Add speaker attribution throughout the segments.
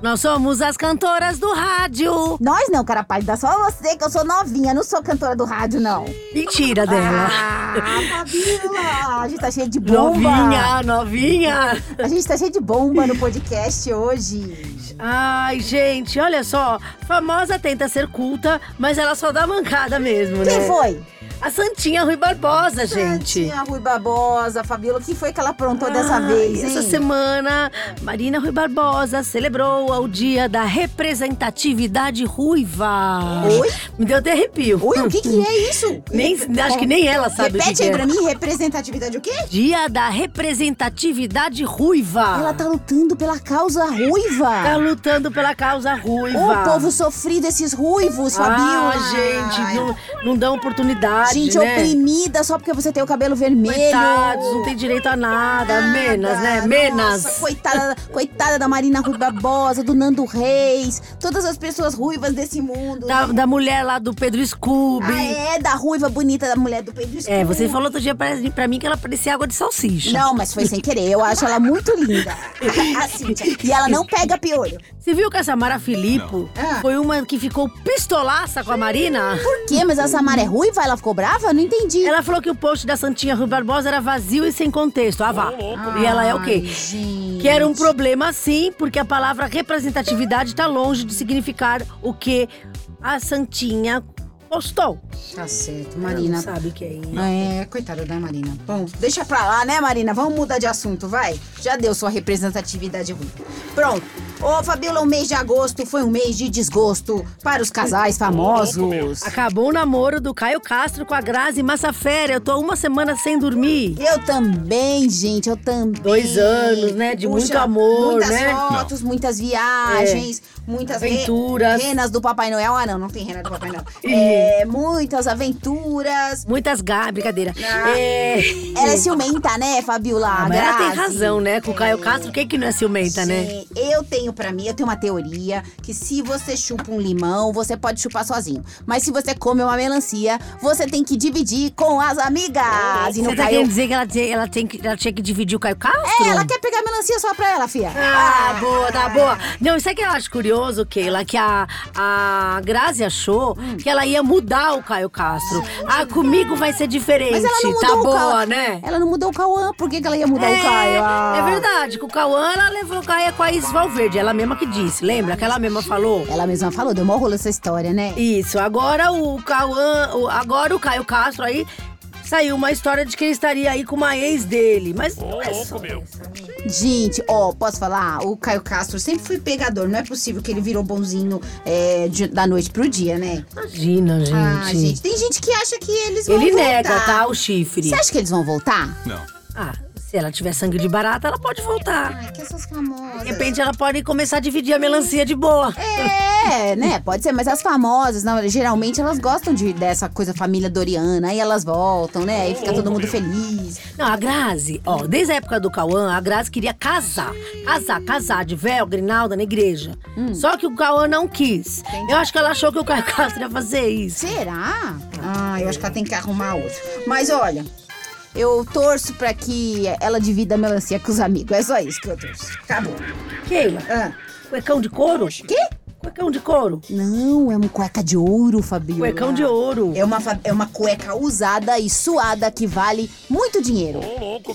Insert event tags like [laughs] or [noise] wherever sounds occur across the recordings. Speaker 1: Nós somos as cantoras do rádio.
Speaker 2: Nós não, Carapaz, dá só você que eu sou novinha, não sou cantora do rádio, não.
Speaker 1: Mentira dela.
Speaker 2: Ah, Fabiola! A gente tá cheia de bomba.
Speaker 1: Novinha, novinha.
Speaker 2: A gente tá cheia de bomba no podcast hoje.
Speaker 1: Ai, gente, olha só. Famosa tenta ser culta, mas ela só dá mancada mesmo,
Speaker 2: Quem
Speaker 1: né?
Speaker 2: foi? Ah,
Speaker 1: A Santinha Rui Barbosa, gente.
Speaker 2: Tinha Rui Barbosa, Fabiola. O que foi que ela aprontou dessa
Speaker 1: Ai,
Speaker 2: vez, hein?
Speaker 1: Essa semana, Marina Rui Barbosa celebrou o Dia da Representatividade Ruiva.
Speaker 2: Oi?
Speaker 1: Me deu até arrepio.
Speaker 2: Oi, o que que é isso?
Speaker 1: [laughs] Nem, acho que nem ela sabe o que
Speaker 2: Repete
Speaker 1: que
Speaker 2: aí
Speaker 1: é.
Speaker 2: pra mim, representatividade o quê?
Speaker 1: Dia da Representatividade Ruiva.
Speaker 2: Ela tá lutando pela causa
Speaker 1: Ah. Tá
Speaker 2: ruiva.
Speaker 1: lutando pela causa ruiva.
Speaker 2: O povo sofrido, esses ruivos, Fabiola.
Speaker 1: Ah, gente, não, não dá oportunidade,
Speaker 2: Gente
Speaker 1: né?
Speaker 2: oprimida só porque você tem o cabelo vermelho.
Speaker 1: Coitados, não tem direito a nada.
Speaker 2: Nada.
Speaker 1: Menas, né?
Speaker 2: Nossa,
Speaker 1: Menas.
Speaker 2: coitada, coitada da Marina Rui Barbosa, do Nando Reis, todas as pessoas ruivas desse mundo.
Speaker 1: Da, da mulher lá do Pedro Scooby.
Speaker 2: Ah, é, da ruiva bonita da mulher do Pedro Scooby.
Speaker 1: É, você falou outro dia pra, pra mim que ela parecia água de salsicha.
Speaker 2: Não, mas foi sem querer. Eu acho ela muito linda. A Cíntia. E ela não pega piolho.
Speaker 1: Você viu que a Samara Filippo
Speaker 2: Ah.
Speaker 1: foi uma que ficou pistolaça com a Marina?
Speaker 2: Por quê? Mas a Samara é ruiva? Ela ficou brava? Eu não entendi.
Speaker 1: Ela falou que o post da Santinha Rui Barbosa era vazio e sem contexto. Ah, vá. e ela é o quê?
Speaker 2: Ai, gente.
Speaker 1: Que era um problema, sim, porque a palavra representatividade tá longe de significar o que a Santinha postou.
Speaker 2: Tá certo,
Speaker 1: Não
Speaker 2: Marina.
Speaker 1: sabe quem.
Speaker 2: É, coitada da Marina. Bom, deixa pra lá, né, Marina? Vamos mudar de assunto, vai. Já deu sua representatividade ruim. Pronto. Ô, Fabiola, o mês de agosto foi um mês de desgosto para os casais famosos.
Speaker 1: Acabou o namoro do Caio Castro com a Grazi Massafera. Eu tô uma semana sem dormir.
Speaker 2: Eu também, gente, eu também.
Speaker 1: Dois anos, né, de muito amor,
Speaker 2: muitas
Speaker 1: né? É.
Speaker 2: fotos, muitas viagens, muitas re-
Speaker 1: Aventuras.
Speaker 2: renas do Papai Noel. Ah, não, não tem rena do Papai
Speaker 1: [laughs]
Speaker 2: Noel. é, muitas aventuras.
Speaker 1: Muitas gá, brincadeira.
Speaker 2: Ah.
Speaker 1: É...
Speaker 2: Ela é ciumenta, né, Fabiola?
Speaker 1: Ah, mas ela tem
Speaker 2: Grazi?
Speaker 1: razão, né? Com o Caio Castro, quem que não é ciumenta, né?
Speaker 2: Sim, Eu tenho pra mim, eu tenho uma teoria que se você chupa um limão, você pode chupar sozinho. Mas se você come uma melancia, você tem que dividir com as amigas. E não
Speaker 1: Você tá
Speaker 2: caiu.
Speaker 1: querendo dizer que ela, tinha- ela tem que- ela tinha que dividir o Caio Castro?
Speaker 2: É, ela quer pegar melancia só pra ela, fia.
Speaker 1: Ah, boa, tá boa. Não, isso é que eu acho curioso, Keila, que a, a Grazi achou
Speaker 2: Hum.
Speaker 1: que ela ia mudar o Caio Castro. Ah, comigo vai ser diferente.
Speaker 2: Mas ela não mudou
Speaker 1: tá
Speaker 2: o
Speaker 1: boa,
Speaker 2: Cauã.
Speaker 1: né?
Speaker 2: Ela não mudou o Cauã, por que, que ela ia mudar o Caio? Ah.
Speaker 1: é verdade, com o Cauã ela levou o Caio com a Isis Valverde, ela mesma que disse, lembra? Que ela mesma falou.
Speaker 2: Ela mesma falou, deu mó rolo essa história, né?
Speaker 1: Isso, agora o Cauã, o- agora o Caio Castro aí saiu uma história de que ele estaria aí com uma ex dele, mas não é só isso, né?
Speaker 2: Gente, ó, posso falar? O Caio Castro sempre foi pegador. Não é possível que ele virou bonzinho é, de- da noite pro dia, né?
Speaker 1: Imagina, gente.
Speaker 2: Ah, gente, tem gente que acha que eles vão
Speaker 1: Ele
Speaker 2: voltar.
Speaker 1: nega, tá? O chifre.
Speaker 2: Você acha que eles vão voltar?
Speaker 3: Não.
Speaker 1: Ah, se ela tiver sangue de barata, ela pode voltar.
Speaker 2: Ai, que essas
Speaker 1: De
Speaker 2: famosas.
Speaker 1: repente ela pode começar a dividir a melancia de boa.
Speaker 2: É, né? Pode ser, mas as famosas, não, geralmente elas gostam de, dessa coisa família Doriana, aí elas voltam, né? Aí fica todo mundo feliz.
Speaker 1: Não, a Grazi, ó, desde a época do Cauã, a Grazi queria casar. Casar, casar, de véu, grinalda, na igreja.
Speaker 2: Hum.
Speaker 1: Só que o Cauã não quis. Eu acho que ela achou que o Caio Castro ia fazer isso.
Speaker 2: Será? Ah, eu acho que ela tem que arrumar outro. Mas olha, eu torço pra que ela divida a melancia com os amigos. É só isso que eu torço. Acabou.
Speaker 1: Keila,
Speaker 2: Ah,
Speaker 1: cuecão de couro?
Speaker 2: quê?
Speaker 1: Cuecão de couro?
Speaker 2: Não, é uma cueca de ouro, Fabiola.
Speaker 1: Cuecão de ouro.
Speaker 2: É uma, fa- é uma cueca usada e suada que vale muito dinheiro.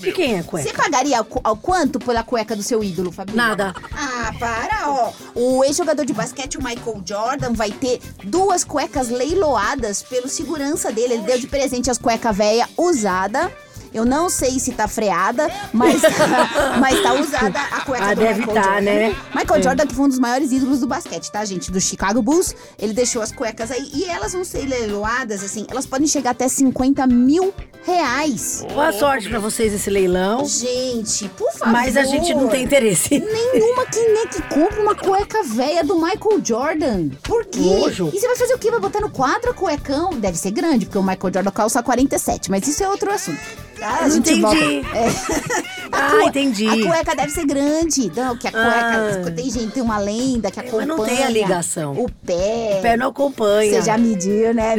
Speaker 1: E quem é cueca?
Speaker 2: Você pagaria ao, ao quanto pela cueca do seu ídolo, Fabinho?
Speaker 1: Nada.
Speaker 2: Ah, para, ó. O ex-jogador de basquete, o Michael Jordan, vai ter duas cuecas leiloadas pelo segurança dele. Ele deu de presente as cuecas velha usada. Eu não sei se tá freada, mas,
Speaker 1: [laughs]
Speaker 2: mas tá usada a cueca
Speaker 1: Ah,
Speaker 2: do
Speaker 1: deve
Speaker 2: Michael
Speaker 1: tá,
Speaker 2: Jordan.
Speaker 1: né?
Speaker 2: Michael Jordan, que foi um dos maiores ídolos do basquete, tá, gente? Do Chicago Bulls. Ele deixou as cuecas aí e elas vão ser leiloadas, assim. Elas podem chegar até 50 mil reais.
Speaker 1: Boa sorte pra vocês esse leilão.
Speaker 2: Gente, por favor.
Speaker 1: Mas a gente não tem interesse.
Speaker 2: Nenhuma que nem que compra uma cueca velha do Michael Jordan. Por quê?
Speaker 1: Nojo.
Speaker 2: E você vai fazer o quê? Vai botar no quadro a cuecão? Deve ser grande, porque o Michael Jordan calça 47, mas isso é outro assunto. Ah,
Speaker 1: Entendi.
Speaker 2: volta- É. da
Speaker 1: Ah,
Speaker 2: cueca.
Speaker 1: entendi.
Speaker 2: A cueca deve ser grande. Não, que a cueca.
Speaker 1: Ah. É,
Speaker 2: Tem gente, tem uma lenda que acompanha.
Speaker 1: Mas não tem a ligação.
Speaker 2: O pé.
Speaker 1: O pé não acompanha.
Speaker 2: Você já mediu,
Speaker 1: [laughs]
Speaker 2: né?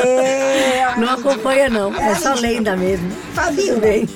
Speaker 2: Mediu.
Speaker 1: Não acompanha, não. É só lenda mesmo.
Speaker 2: Fabinho,
Speaker 1: Tudo bem.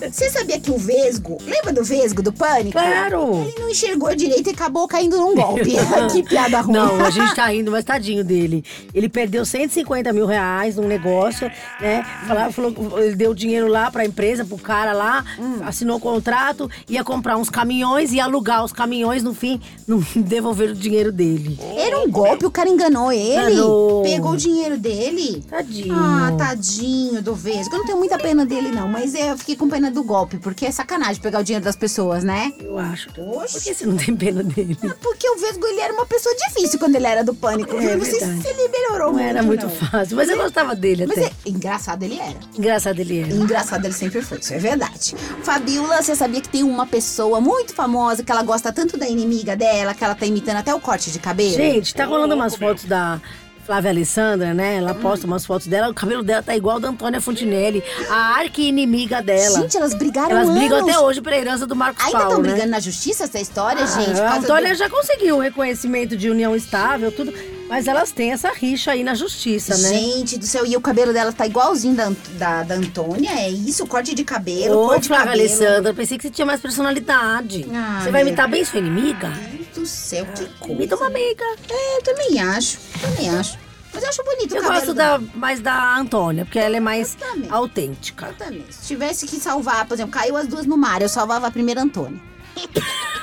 Speaker 1: É.
Speaker 2: você sabia que o Vesgo. Lembra do Vesgo, do Pânico?
Speaker 1: Claro.
Speaker 2: Ele não enxergou direito e acabou caindo
Speaker 1: [laughs]
Speaker 2: num golpe. [laughs] que piada ruim.
Speaker 1: Não, a gente tá rindo, mas tadinho dele. Ele perdeu 150 mil reais num negócio, né? Falaram, falou, ele deu dinheiro lá pra empresa, pro cara lá, assinou o contrato, ia comprar uns caminhões e alugar os caminhões, no fim, não [laughs] devolveram o dinheiro dele.
Speaker 2: Era um golpe, o cara enganou ele.
Speaker 1: Enganou.
Speaker 2: Pegou o dinheiro dele.
Speaker 1: Tadinho.
Speaker 2: Ah, tadinho do Vesgo. Eu não tenho muita pena dele, não. Mas é, eu fiquei com pena do golpe, porque é sacanagem pegar o dinheiro das pessoas, né?
Speaker 1: Eu acho.
Speaker 2: Oxe.
Speaker 1: Por que você não tem pena dele?
Speaker 2: É Porque o Vesgo, ele era uma pessoa difícil quando ele era do Pânico.
Speaker 1: É
Speaker 2: Eu não sei
Speaker 1: verdade.
Speaker 2: se ele melhorou
Speaker 1: Não
Speaker 2: muito,
Speaker 1: era muito
Speaker 2: não.
Speaker 1: fácil, mas eu gostava dele
Speaker 2: Mas
Speaker 1: até.
Speaker 2: é- engraçado ele era.
Speaker 1: Engraçado ele era.
Speaker 2: Engraçado ele sempre foi, isso é verdade. Fabiola, você sabia que tem uma pessoa muito famosa que ela gosta tanto da inimiga dela, que ela tá imitando até o corte de cabelo?
Speaker 1: Gente, tá rolando umas fotos da Flávia Alessandra, né? Ela posta umas fotos dela, o cabelo dela tá igual ao da Antônia Fontinelli, a arqui-inimiga dela.
Speaker 2: Gente, elas brigaram
Speaker 1: Elas brigam
Speaker 2: anos.
Speaker 1: até hoje pela herança do Marcos
Speaker 2: Ainda
Speaker 1: Paulo,
Speaker 2: estão
Speaker 1: né? Ah,
Speaker 2: brigando na justiça essa história, gente?
Speaker 1: a
Speaker 2: Por causa
Speaker 1: Antônia é
Speaker 2: do-
Speaker 1: já conseguiu o reconhecimento de união estável, tudo, mas elas têm essa rixa aí na justiça, né?
Speaker 2: Gente do céu, e o cabelo dela tá igualzinho da, da, da Antônia, é isso? Corte de cabelo,
Speaker 1: Ô,
Speaker 2: cor de
Speaker 1: Flávia
Speaker 2: cabelo.
Speaker 1: Alessandra, pensei que você tinha mais personalidade.
Speaker 2: né? Ah,
Speaker 1: você vai
Speaker 2: é.
Speaker 1: imitar bem sua inimiga?
Speaker 2: Gente do céu, que
Speaker 1: Imita
Speaker 2: coisa.
Speaker 1: uma amiga.
Speaker 2: É, eu também acho, também acho. Mas eu acho bonito
Speaker 1: Eu
Speaker 2: o cabelo
Speaker 1: gosto da, mais da Antônia, porque ela é mais
Speaker 2: Eu também.
Speaker 1: autêntica.
Speaker 2: Também. Se tivesse que salvar, por exemplo, caiu as duas no mar, eu salvava a primeira a Antônia.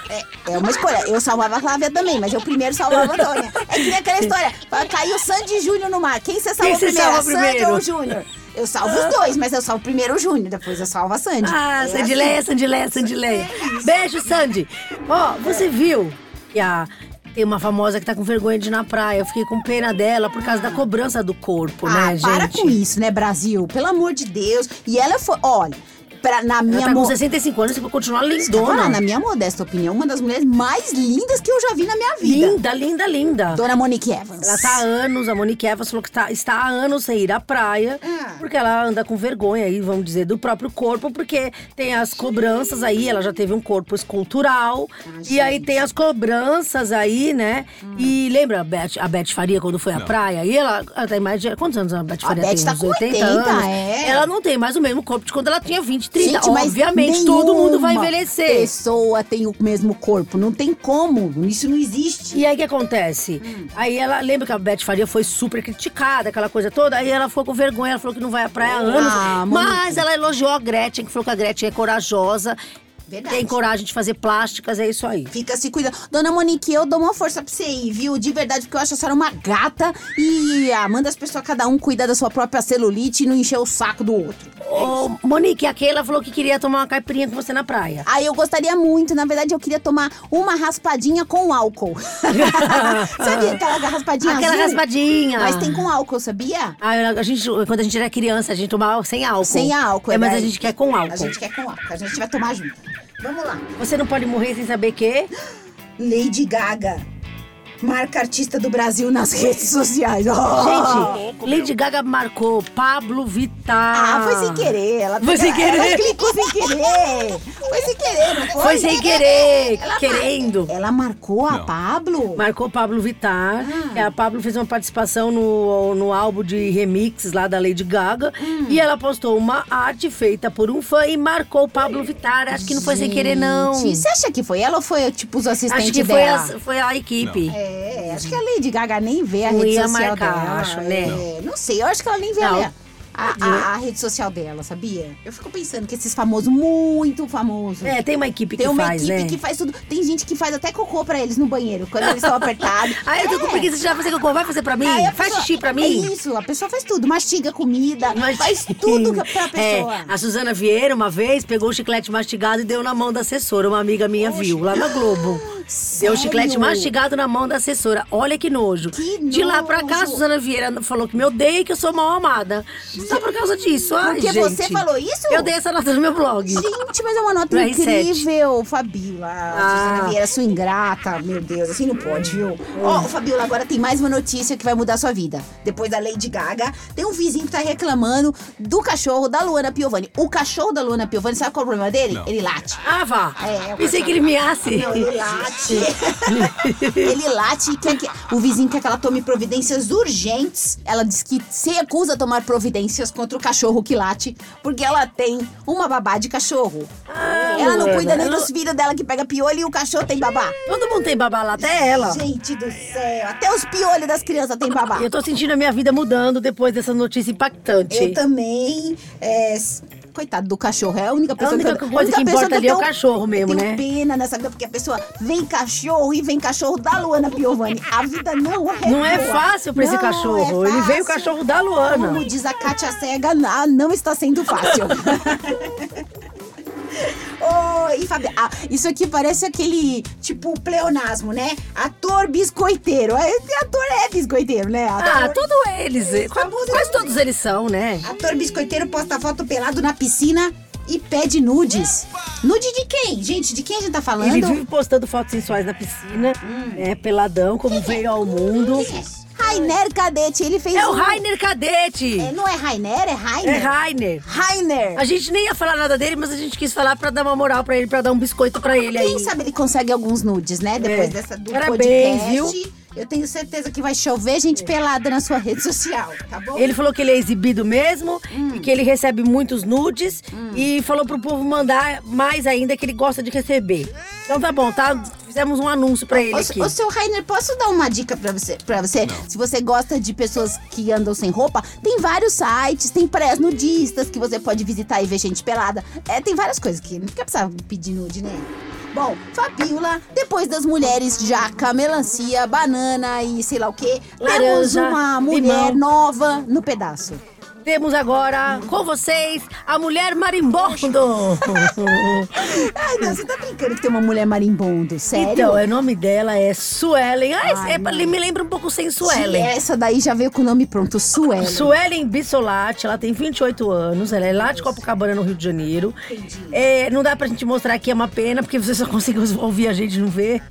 Speaker 2: É, é uma escolha. Eu salvava a Flávia também, mas eu primeiro salvava a Antônia. É que nem aquela história. fala, Caiu Sandy e Júnior no mar. Quem você salva
Speaker 1: Quem você
Speaker 2: primeiro?
Speaker 1: salva
Speaker 2: a Sandy
Speaker 1: primeiro?
Speaker 2: ou o Júnior? Eu salvo os dois, mas eu salvo primeiro o Júnior, depois eu salvo a Sandy.
Speaker 1: Ah,
Speaker 2: É
Speaker 1: Sandileia, Sandileia, Sandileia. Beijo, Sandy. Ó, você viu que a, tem uma famosa que tá com vergonha de ir na praia. Eu fiquei com pena dela por causa da cobrança do corpo,
Speaker 2: Ah,
Speaker 1: né, gente?
Speaker 2: para com isso, né, Brasil? Pelo amor de Deus. E ela foi, olha, pra, na minha
Speaker 1: Ela tá com
Speaker 2: mo-
Speaker 1: 65 anos e vai continuar
Speaker 2: Cara, na
Speaker 1: lindona.
Speaker 2: minha modesta opinião, uma das mulheres mais lindas que eu já vi na minha vida.
Speaker 1: Linda, linda, linda.
Speaker 2: Dona Monique Evans.
Speaker 1: Ela tá há anos, a Monique Evans falou que tá- está há anos sem ir à praia,
Speaker 2: Ah.
Speaker 1: porque ela anda com vergonha aí, vamos dizer, do próprio corpo, porque tem as cobranças aí, ela já teve um corpo escultural,
Speaker 2: Ah,
Speaker 1: e aí tem as cobranças aí, né? E
Speaker 2: Ah.
Speaker 1: lembra a Beth, a Beth Faria quando foi à praia? E ela, ela tem mais de. Quantos anos a Beth Faria
Speaker 2: Beth
Speaker 1: tem?
Speaker 2: tá
Speaker 1: Uns
Speaker 2: com
Speaker 1: 80,
Speaker 2: 80,
Speaker 1: anos.
Speaker 2: é.
Speaker 1: Ela não tem mais o mesmo corpo de quando ela tinha 20, 30.
Speaker 2: Gente, mas
Speaker 1: Obviamente, todo mundo vai
Speaker 2: nenhuma
Speaker 1: envelhecer.
Speaker 2: pessoa tem o mesmo corpo. Não tem como. Isso não existe.
Speaker 1: E aí o que acontece?
Speaker 2: Hum.
Speaker 1: Aí ela lembra que a Beth Faria foi super criticada, aquela coisa toda. Aí ela ficou com vergonha, ela falou que não vai à praia há anos.
Speaker 2: Ah,
Speaker 1: mas
Speaker 2: Monique.
Speaker 1: ela elogiou a Gretchen, que falou que a Gretchen é corajosa,
Speaker 2: Verdade.
Speaker 1: tem coragem de fazer plásticas, é isso aí.
Speaker 2: Fica se cuidando. Dona Monique, eu dou uma força pra você aí, viu? De verdade, porque eu acho a senhora uma gata. E ah, manda as pessoas, cada um, cuidar da sua própria celulite e não encher o saco do outro.
Speaker 1: Ô, Monique, a Keila falou que queria tomar uma caipirinha com você na praia.
Speaker 2: Aí eu gostaria muito, na verdade eu queria tomar uma raspadinha com álcool. [laughs] sabia aquela raspadinha
Speaker 1: Aquela
Speaker 2: azul?
Speaker 1: raspadinha.
Speaker 2: Mas tem com álcool, sabia?
Speaker 1: Ah, eu- a gente, quando a gente era criança, a gente tomava sem álcool.
Speaker 2: Sem álcool.
Speaker 1: É, mas a
Speaker 2: verdade.
Speaker 1: gente quer com álcool.
Speaker 2: A gente quer com álcool, a gente vai tomar junto. Vamos lá.
Speaker 1: Você não pode morrer sem saber que.
Speaker 2: Lady Gaga. Marca artista do Brasil nas [laughs] redes sociais. Oh!
Speaker 1: Gente, Lady Gaga marcou Pablo Vittar.
Speaker 2: Ah, foi sem querer. Ela
Speaker 1: Foi sem querer.
Speaker 2: Ela clicou sem querer. Foi sem querer, não foi?
Speaker 1: Foi sem querer, querendo.
Speaker 2: Ela marcou a
Speaker 3: Não.
Speaker 2: Pablo?
Speaker 1: Marcou Pablo Vittar.
Speaker 2: Ah.
Speaker 1: que A Pablo fez uma participação no, no álbum de remixes lá da Lady Gaga.
Speaker 2: Hum.
Speaker 1: E ela postou uma arte feita por um fã e marcou Pablo Vittar. Acho que não foi sem querer, não.
Speaker 2: Gente, Você acha que foi ela ou foi, tipo, os assistentes
Speaker 1: Acho que foi
Speaker 2: dela?
Speaker 1: a, foi a equipe.
Speaker 2: É, acho que a Lady Gaga nem vê a
Speaker 1: Não
Speaker 2: rede
Speaker 1: ia
Speaker 2: social
Speaker 1: marcar,
Speaker 2: dela.
Speaker 1: acho, né?
Speaker 2: É, não sei, eu acho que ela nem vê
Speaker 1: Não.
Speaker 2: a, a- a- a rede social dela, sabia? Eu fico pensando que esses famosos, muito famosos.
Speaker 1: É, tem uma equipe
Speaker 2: Tem
Speaker 1: que
Speaker 2: uma
Speaker 1: faz,
Speaker 2: equipe
Speaker 1: né?
Speaker 2: que faz tudo. Tem gente que faz até cocô pra eles no banheiro, quando eles estão
Speaker 1: [laughs]
Speaker 2: apertados.
Speaker 1: Ah, eu tô com
Speaker 2: É.
Speaker 1: preguiça de já fazer cocô. Vai fazer pra mim?
Speaker 2: Aí a
Speaker 1: Faz
Speaker 2: pessoa-
Speaker 1: xixi pra mim?
Speaker 2: É isso, a pessoa faz tudo. Mastiga comida,
Speaker 1: Mas-
Speaker 2: faz tudo que- pra pessoa.
Speaker 1: [laughs] É, a Suzana
Speaker 2: [gasps]
Speaker 1: Vieira, uma vez, pegou o chiclete mastigado e deu na mão da assessora. Uma amiga minha viu, lá na Globo. [laughs] Deu
Speaker 2: Sério?
Speaker 1: o chiclete mastigado na mão da assessora. Olha que nojo.
Speaker 2: Que
Speaker 1: De lá pra cá, a
Speaker 2: nojo.
Speaker 1: Suzana Vieira falou que me odeia e que eu sou mal amada. Só por causa disso. Ai,
Speaker 2: Porque
Speaker 1: gente.
Speaker 2: você falou isso?
Speaker 1: Eu dei essa nota no meu blog.
Speaker 2: Gente, mas é uma nota
Speaker 1: No R7.
Speaker 2: incrível, Fabiola.
Speaker 1: Ah.
Speaker 2: Suzana Vieira, sua ingrata. Meu Deus, assim não pode, viu? Ó, Fabiola, agora tem mais uma notícia que vai mudar sua vida. Depois da Lady Gaga, tem um vizinho que tá reclamando do cachorro da Luana Piovani. O cachorro da Luana Piovani, sabe qual é o problema dele? Ele late.
Speaker 1: Ah, vá.
Speaker 2: É, eu
Speaker 1: Pensei que ele miasse.
Speaker 2: Não, ele late. ele late e quer que. O vizinho quer que ela tome providências urgentes. Ela diz que se recusa a tomar providências contra o cachorro que late, porque ela tem uma babá de cachorro. ela não
Speaker 1: Ah, Luana,
Speaker 2: cuida nem
Speaker 1: ela-
Speaker 2: dos filhos dela que pega piolho e o cachorro tem babá.
Speaker 1: Todo mundo tem babá lá, até ela.
Speaker 2: Gente do céu, até os piolhos das crianças tem babá.
Speaker 1: Eu tô sentindo a minha vida mudando depois dessa notícia impactante.
Speaker 2: Eu também. é, s- Coitado do cachorro, é a única pessoa
Speaker 1: única
Speaker 2: eu-
Speaker 1: coisa que
Speaker 2: pessoa
Speaker 1: importa
Speaker 2: eu
Speaker 1: ali é o
Speaker 2: tenho-
Speaker 1: cachorro mesmo,
Speaker 2: tenho
Speaker 1: né?
Speaker 2: pena nessa vida, porque a pessoa vem cachorro e vem cachorro da Luana Piovani. A vida não é
Speaker 1: Não é
Speaker 2: boa.
Speaker 1: fácil pra esse
Speaker 2: Não
Speaker 1: cachorro.
Speaker 2: é
Speaker 1: Ele veio o
Speaker 2: fácil.
Speaker 1: cachorro da Luana.
Speaker 2: Como diz a Kátia Cega, na- não está
Speaker 1: [laughs]
Speaker 2: sendo fácil. Oh, e Fabi, ah, isso aqui parece aquele, tipo, pleonasmo, né? Ator biscoiteiro. É, Ator é biscoiteiro, né?
Speaker 1: Ah,
Speaker 2: Ator-
Speaker 1: todos eles. qua-
Speaker 2: famoso é
Speaker 1: Quase
Speaker 2: tudo.
Speaker 1: todos eles são, né?
Speaker 2: Ator biscoiteiro posta foto pelado na piscina e pede nudes. Nude de quem? Gente, de quem a gente tá falando?
Speaker 1: Ele vive postando fotos sensuais na piscina, né? Peladão, como veio ao mundo.
Speaker 2: Rainer Cadete, ele fez.
Speaker 1: É o
Speaker 2: um-
Speaker 1: Rainer Cadete!
Speaker 2: É, não é Rainer, é Rainer.
Speaker 1: É Rainer.
Speaker 2: Rainer.
Speaker 1: A gente nem ia falar nada dele, mas a gente quis falar pra dar uma moral pra ele, pra dar um biscoito pra ele aí.
Speaker 2: Quem sabe ele consegue alguns nudes, né?
Speaker 1: É.
Speaker 2: Depois dessa do
Speaker 1: Parabéns,
Speaker 2: podcast.
Speaker 1: viu? É.
Speaker 2: Eu tenho certeza que vai chover gente pelada na sua rede social, tá bom?
Speaker 1: Ele falou que ele é exibido mesmo, e que ele recebe muitos nudes e falou pro povo mandar mais ainda que ele gosta de receber. Então tá bom, tá? Fizemos um anúncio pra ele
Speaker 2: Ô,
Speaker 1: aqui.
Speaker 2: ô, seu Rainer, posso dar uma dica pra você? Pra você? Se você gosta de pessoas que andam sem roupa, tem vários sites, tem praias nudistas que você pode visitar e ver gente pelada. É, tem várias coisas que não fica precisando pedir nude, né? Bom, Fabiola, depois das mulheres jaca, melancia, banana e sei lá o quê, temos
Speaker 1: Laranja,
Speaker 2: uma mulher
Speaker 1: limão.
Speaker 2: nova no pedaço.
Speaker 1: Temos agora com vocês a mulher marimbondo.
Speaker 2: Ai, não, você tá brincando que tem uma mulher marimbondo, sério?
Speaker 1: Então, o nome dela é Suelen. Ah,
Speaker 2: Ai,
Speaker 1: é-
Speaker 2: não.
Speaker 1: me lembra um pouco sem
Speaker 2: Sim,
Speaker 1: Suelen.
Speaker 2: Essa daí já veio com o nome pronto, Suelen.
Speaker 1: Suelen Bissolati, ela tem 28 anos, ela é lá de Copacabana, no Rio de Janeiro.
Speaker 2: Entendi.
Speaker 1: É, não dá pra gente mostrar aqui, é uma pena, porque você só [laughs] consegue ouvir a gente e não ver.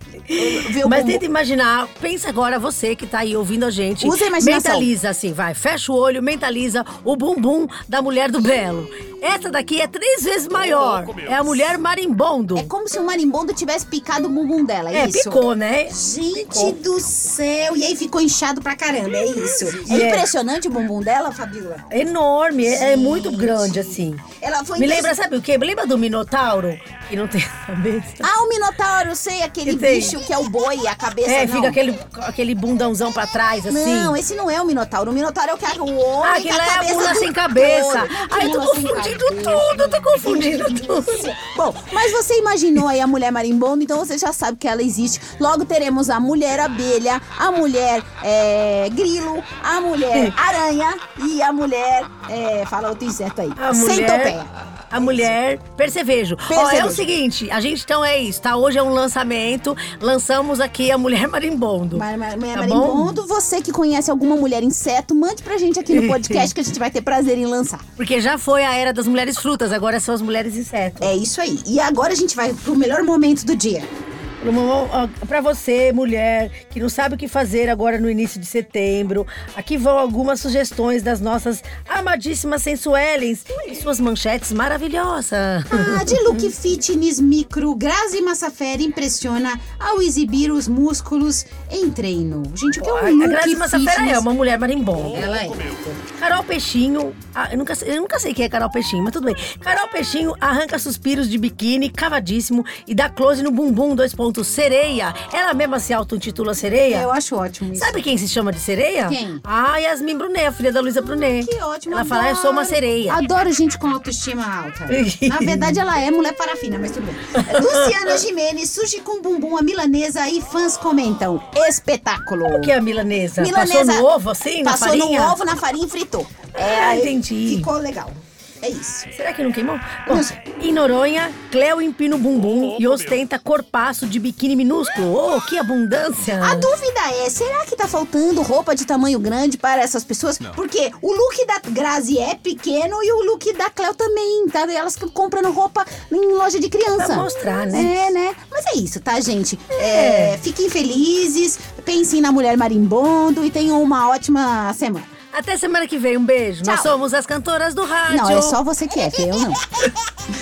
Speaker 2: Viu
Speaker 1: Mas
Speaker 2: como-
Speaker 1: tenta imaginar, pensa agora você que tá aí ouvindo a gente.
Speaker 2: Usa a imaginação.
Speaker 1: Mentaliza assim, vai, fecha o olho, mentaliza o bumbum da mulher do Belo. Essa daqui é três vezes maior, é a mulher marimbondo.
Speaker 2: É como se um marimbondo tivesse picado o bumbum dela, é,
Speaker 1: É,
Speaker 2: isso?
Speaker 1: picou, né?
Speaker 2: Gente do céu! E aí ficou inchado pra caramba, é isso? É
Speaker 1: Yeah.
Speaker 2: impressionante o bumbum dela, Fabiola?
Speaker 1: É Enorme, é, é muito grande assim.
Speaker 2: Ela foi
Speaker 1: Me
Speaker 2: impress-
Speaker 1: lembra, sabe o quê? Me lembra do Minotauro? Que não tem a cabeça.
Speaker 2: Ah, o Minotauro, sei, aquele
Speaker 1: Que tem.
Speaker 2: bicho que é o boi, a cabeça
Speaker 1: É,
Speaker 2: não.
Speaker 1: fica aquele, aquele bundãozão pra trás, assim.
Speaker 2: Não, esse não é o Minotauro. O Minotauro é o que o homem
Speaker 1: ah,
Speaker 2: que
Speaker 1: aquele
Speaker 2: a
Speaker 1: é a
Speaker 2: cabeça
Speaker 1: bunda
Speaker 2: do
Speaker 1: sem cabeça.
Speaker 2: touro.
Speaker 1: Ai, eu tô
Speaker 2: Bunda sem
Speaker 1: confundindo
Speaker 2: cabeça.
Speaker 1: tudo, eu tô confundindo tudo.
Speaker 2: Bom, mas você imaginou aí a mulher marimbondo, então você já sabe que ela existe. Logo teremos a mulher abelha, a mulher é, grilo, a
Speaker 1: É.
Speaker 2: mulher aranha e a mulher. é, fala outro inseto aí.
Speaker 1: A
Speaker 2: Sem
Speaker 1: mulher,
Speaker 2: topé.
Speaker 1: a mulher percevejo. Ó, é
Speaker 2: Percevejo.
Speaker 1: o seguinte, a gente então é isso, tá? Hoje é um lançamento, lançamos aqui a Mulher Marimbondo.
Speaker 2: Mar, mar, mulher
Speaker 1: tá bom?
Speaker 2: marimbondo, você que conhece alguma mulher inseto, mande pra
Speaker 1: [laughs]
Speaker 2: gente aqui no podcast que a gente vai ter prazer em lançar.
Speaker 1: Porque já foi a era das mulheres frutas, agora são as mulheres insetos.
Speaker 2: É isso aí. E agora a gente vai pro melhor momento do dia.
Speaker 1: Lumão, ó, Pra você, mulher, que não sabe o que fazer agora no início de setembro, aqui vão algumas sugestões das nossas amadíssimas sensuelens e suas manchetes maravilhosas.
Speaker 2: Ah, de
Speaker 1: [laughs]
Speaker 2: look fitness micro, Grazi Massafera impressiona ao exibir os músculos em treino. Gente, o que é um
Speaker 1: A
Speaker 2: look
Speaker 1: a Grazi Massafera
Speaker 2: fitness?
Speaker 1: é uma mulher marimbonda.
Speaker 2: Ela é.
Speaker 1: Carol Peixinho, ah, eu, nunca, sei- eu nunca sei quem é Carol Peixinho, mas tudo bem. Carol Peixinho arranca suspiros de biquíni, cavadíssimo, e dá close no bumbum, dois pontos, sereia. Ela mesma se auto-intitula sereia?
Speaker 2: Eu acho ótimo isso.
Speaker 1: Sabe quem se chama de sereia?
Speaker 2: Quem?
Speaker 1: Ah, Yasmin Brunet, a filha da Luísa Brunet.
Speaker 2: Que ótimo.
Speaker 1: Ela fala, "Ah, eu sou uma
Speaker 2: adoro.
Speaker 1: sereia.
Speaker 2: Adoro gente com autoestima alta. Na verdade, ela é mulher parafina, mas
Speaker 1: [laughs]
Speaker 2: tudo bem. Luciana Gimenez surge com bumbum a milanesa e fãs comentam. Espetáculo.
Speaker 1: O que é a milanesa? Passou no ovo, assim, na
Speaker 2: Passou
Speaker 1: farinha?
Speaker 2: no ovo, na farinha e fritou. É,
Speaker 1: Ah, entendi.
Speaker 2: Ficou legal. É isso.
Speaker 1: Será que não queimou? Bom, em Noronha, Cleo empina o bumbum e ostenta corpaço de biquíni minúsculo. Oh, que abundância!
Speaker 2: A dúvida é, será que tá faltando roupa de tamanho grande para essas pessoas? Porque o look da Grazi é pequeno e o look da Cleo também, tá? E elas ficam comprando roupa em loja de criança.
Speaker 1: Pra mostrar, né?
Speaker 2: É, né? Mas é isso, tá, gente? É, fiquem felizes, pensem na mulher marimbondo e tenham uma ótima semana.
Speaker 1: Até semana que vem, um beijo. Nós
Speaker 2: Tchau.
Speaker 1: Ah, somos as cantoras do rádio.
Speaker 2: Não, é só você que é, que eu não.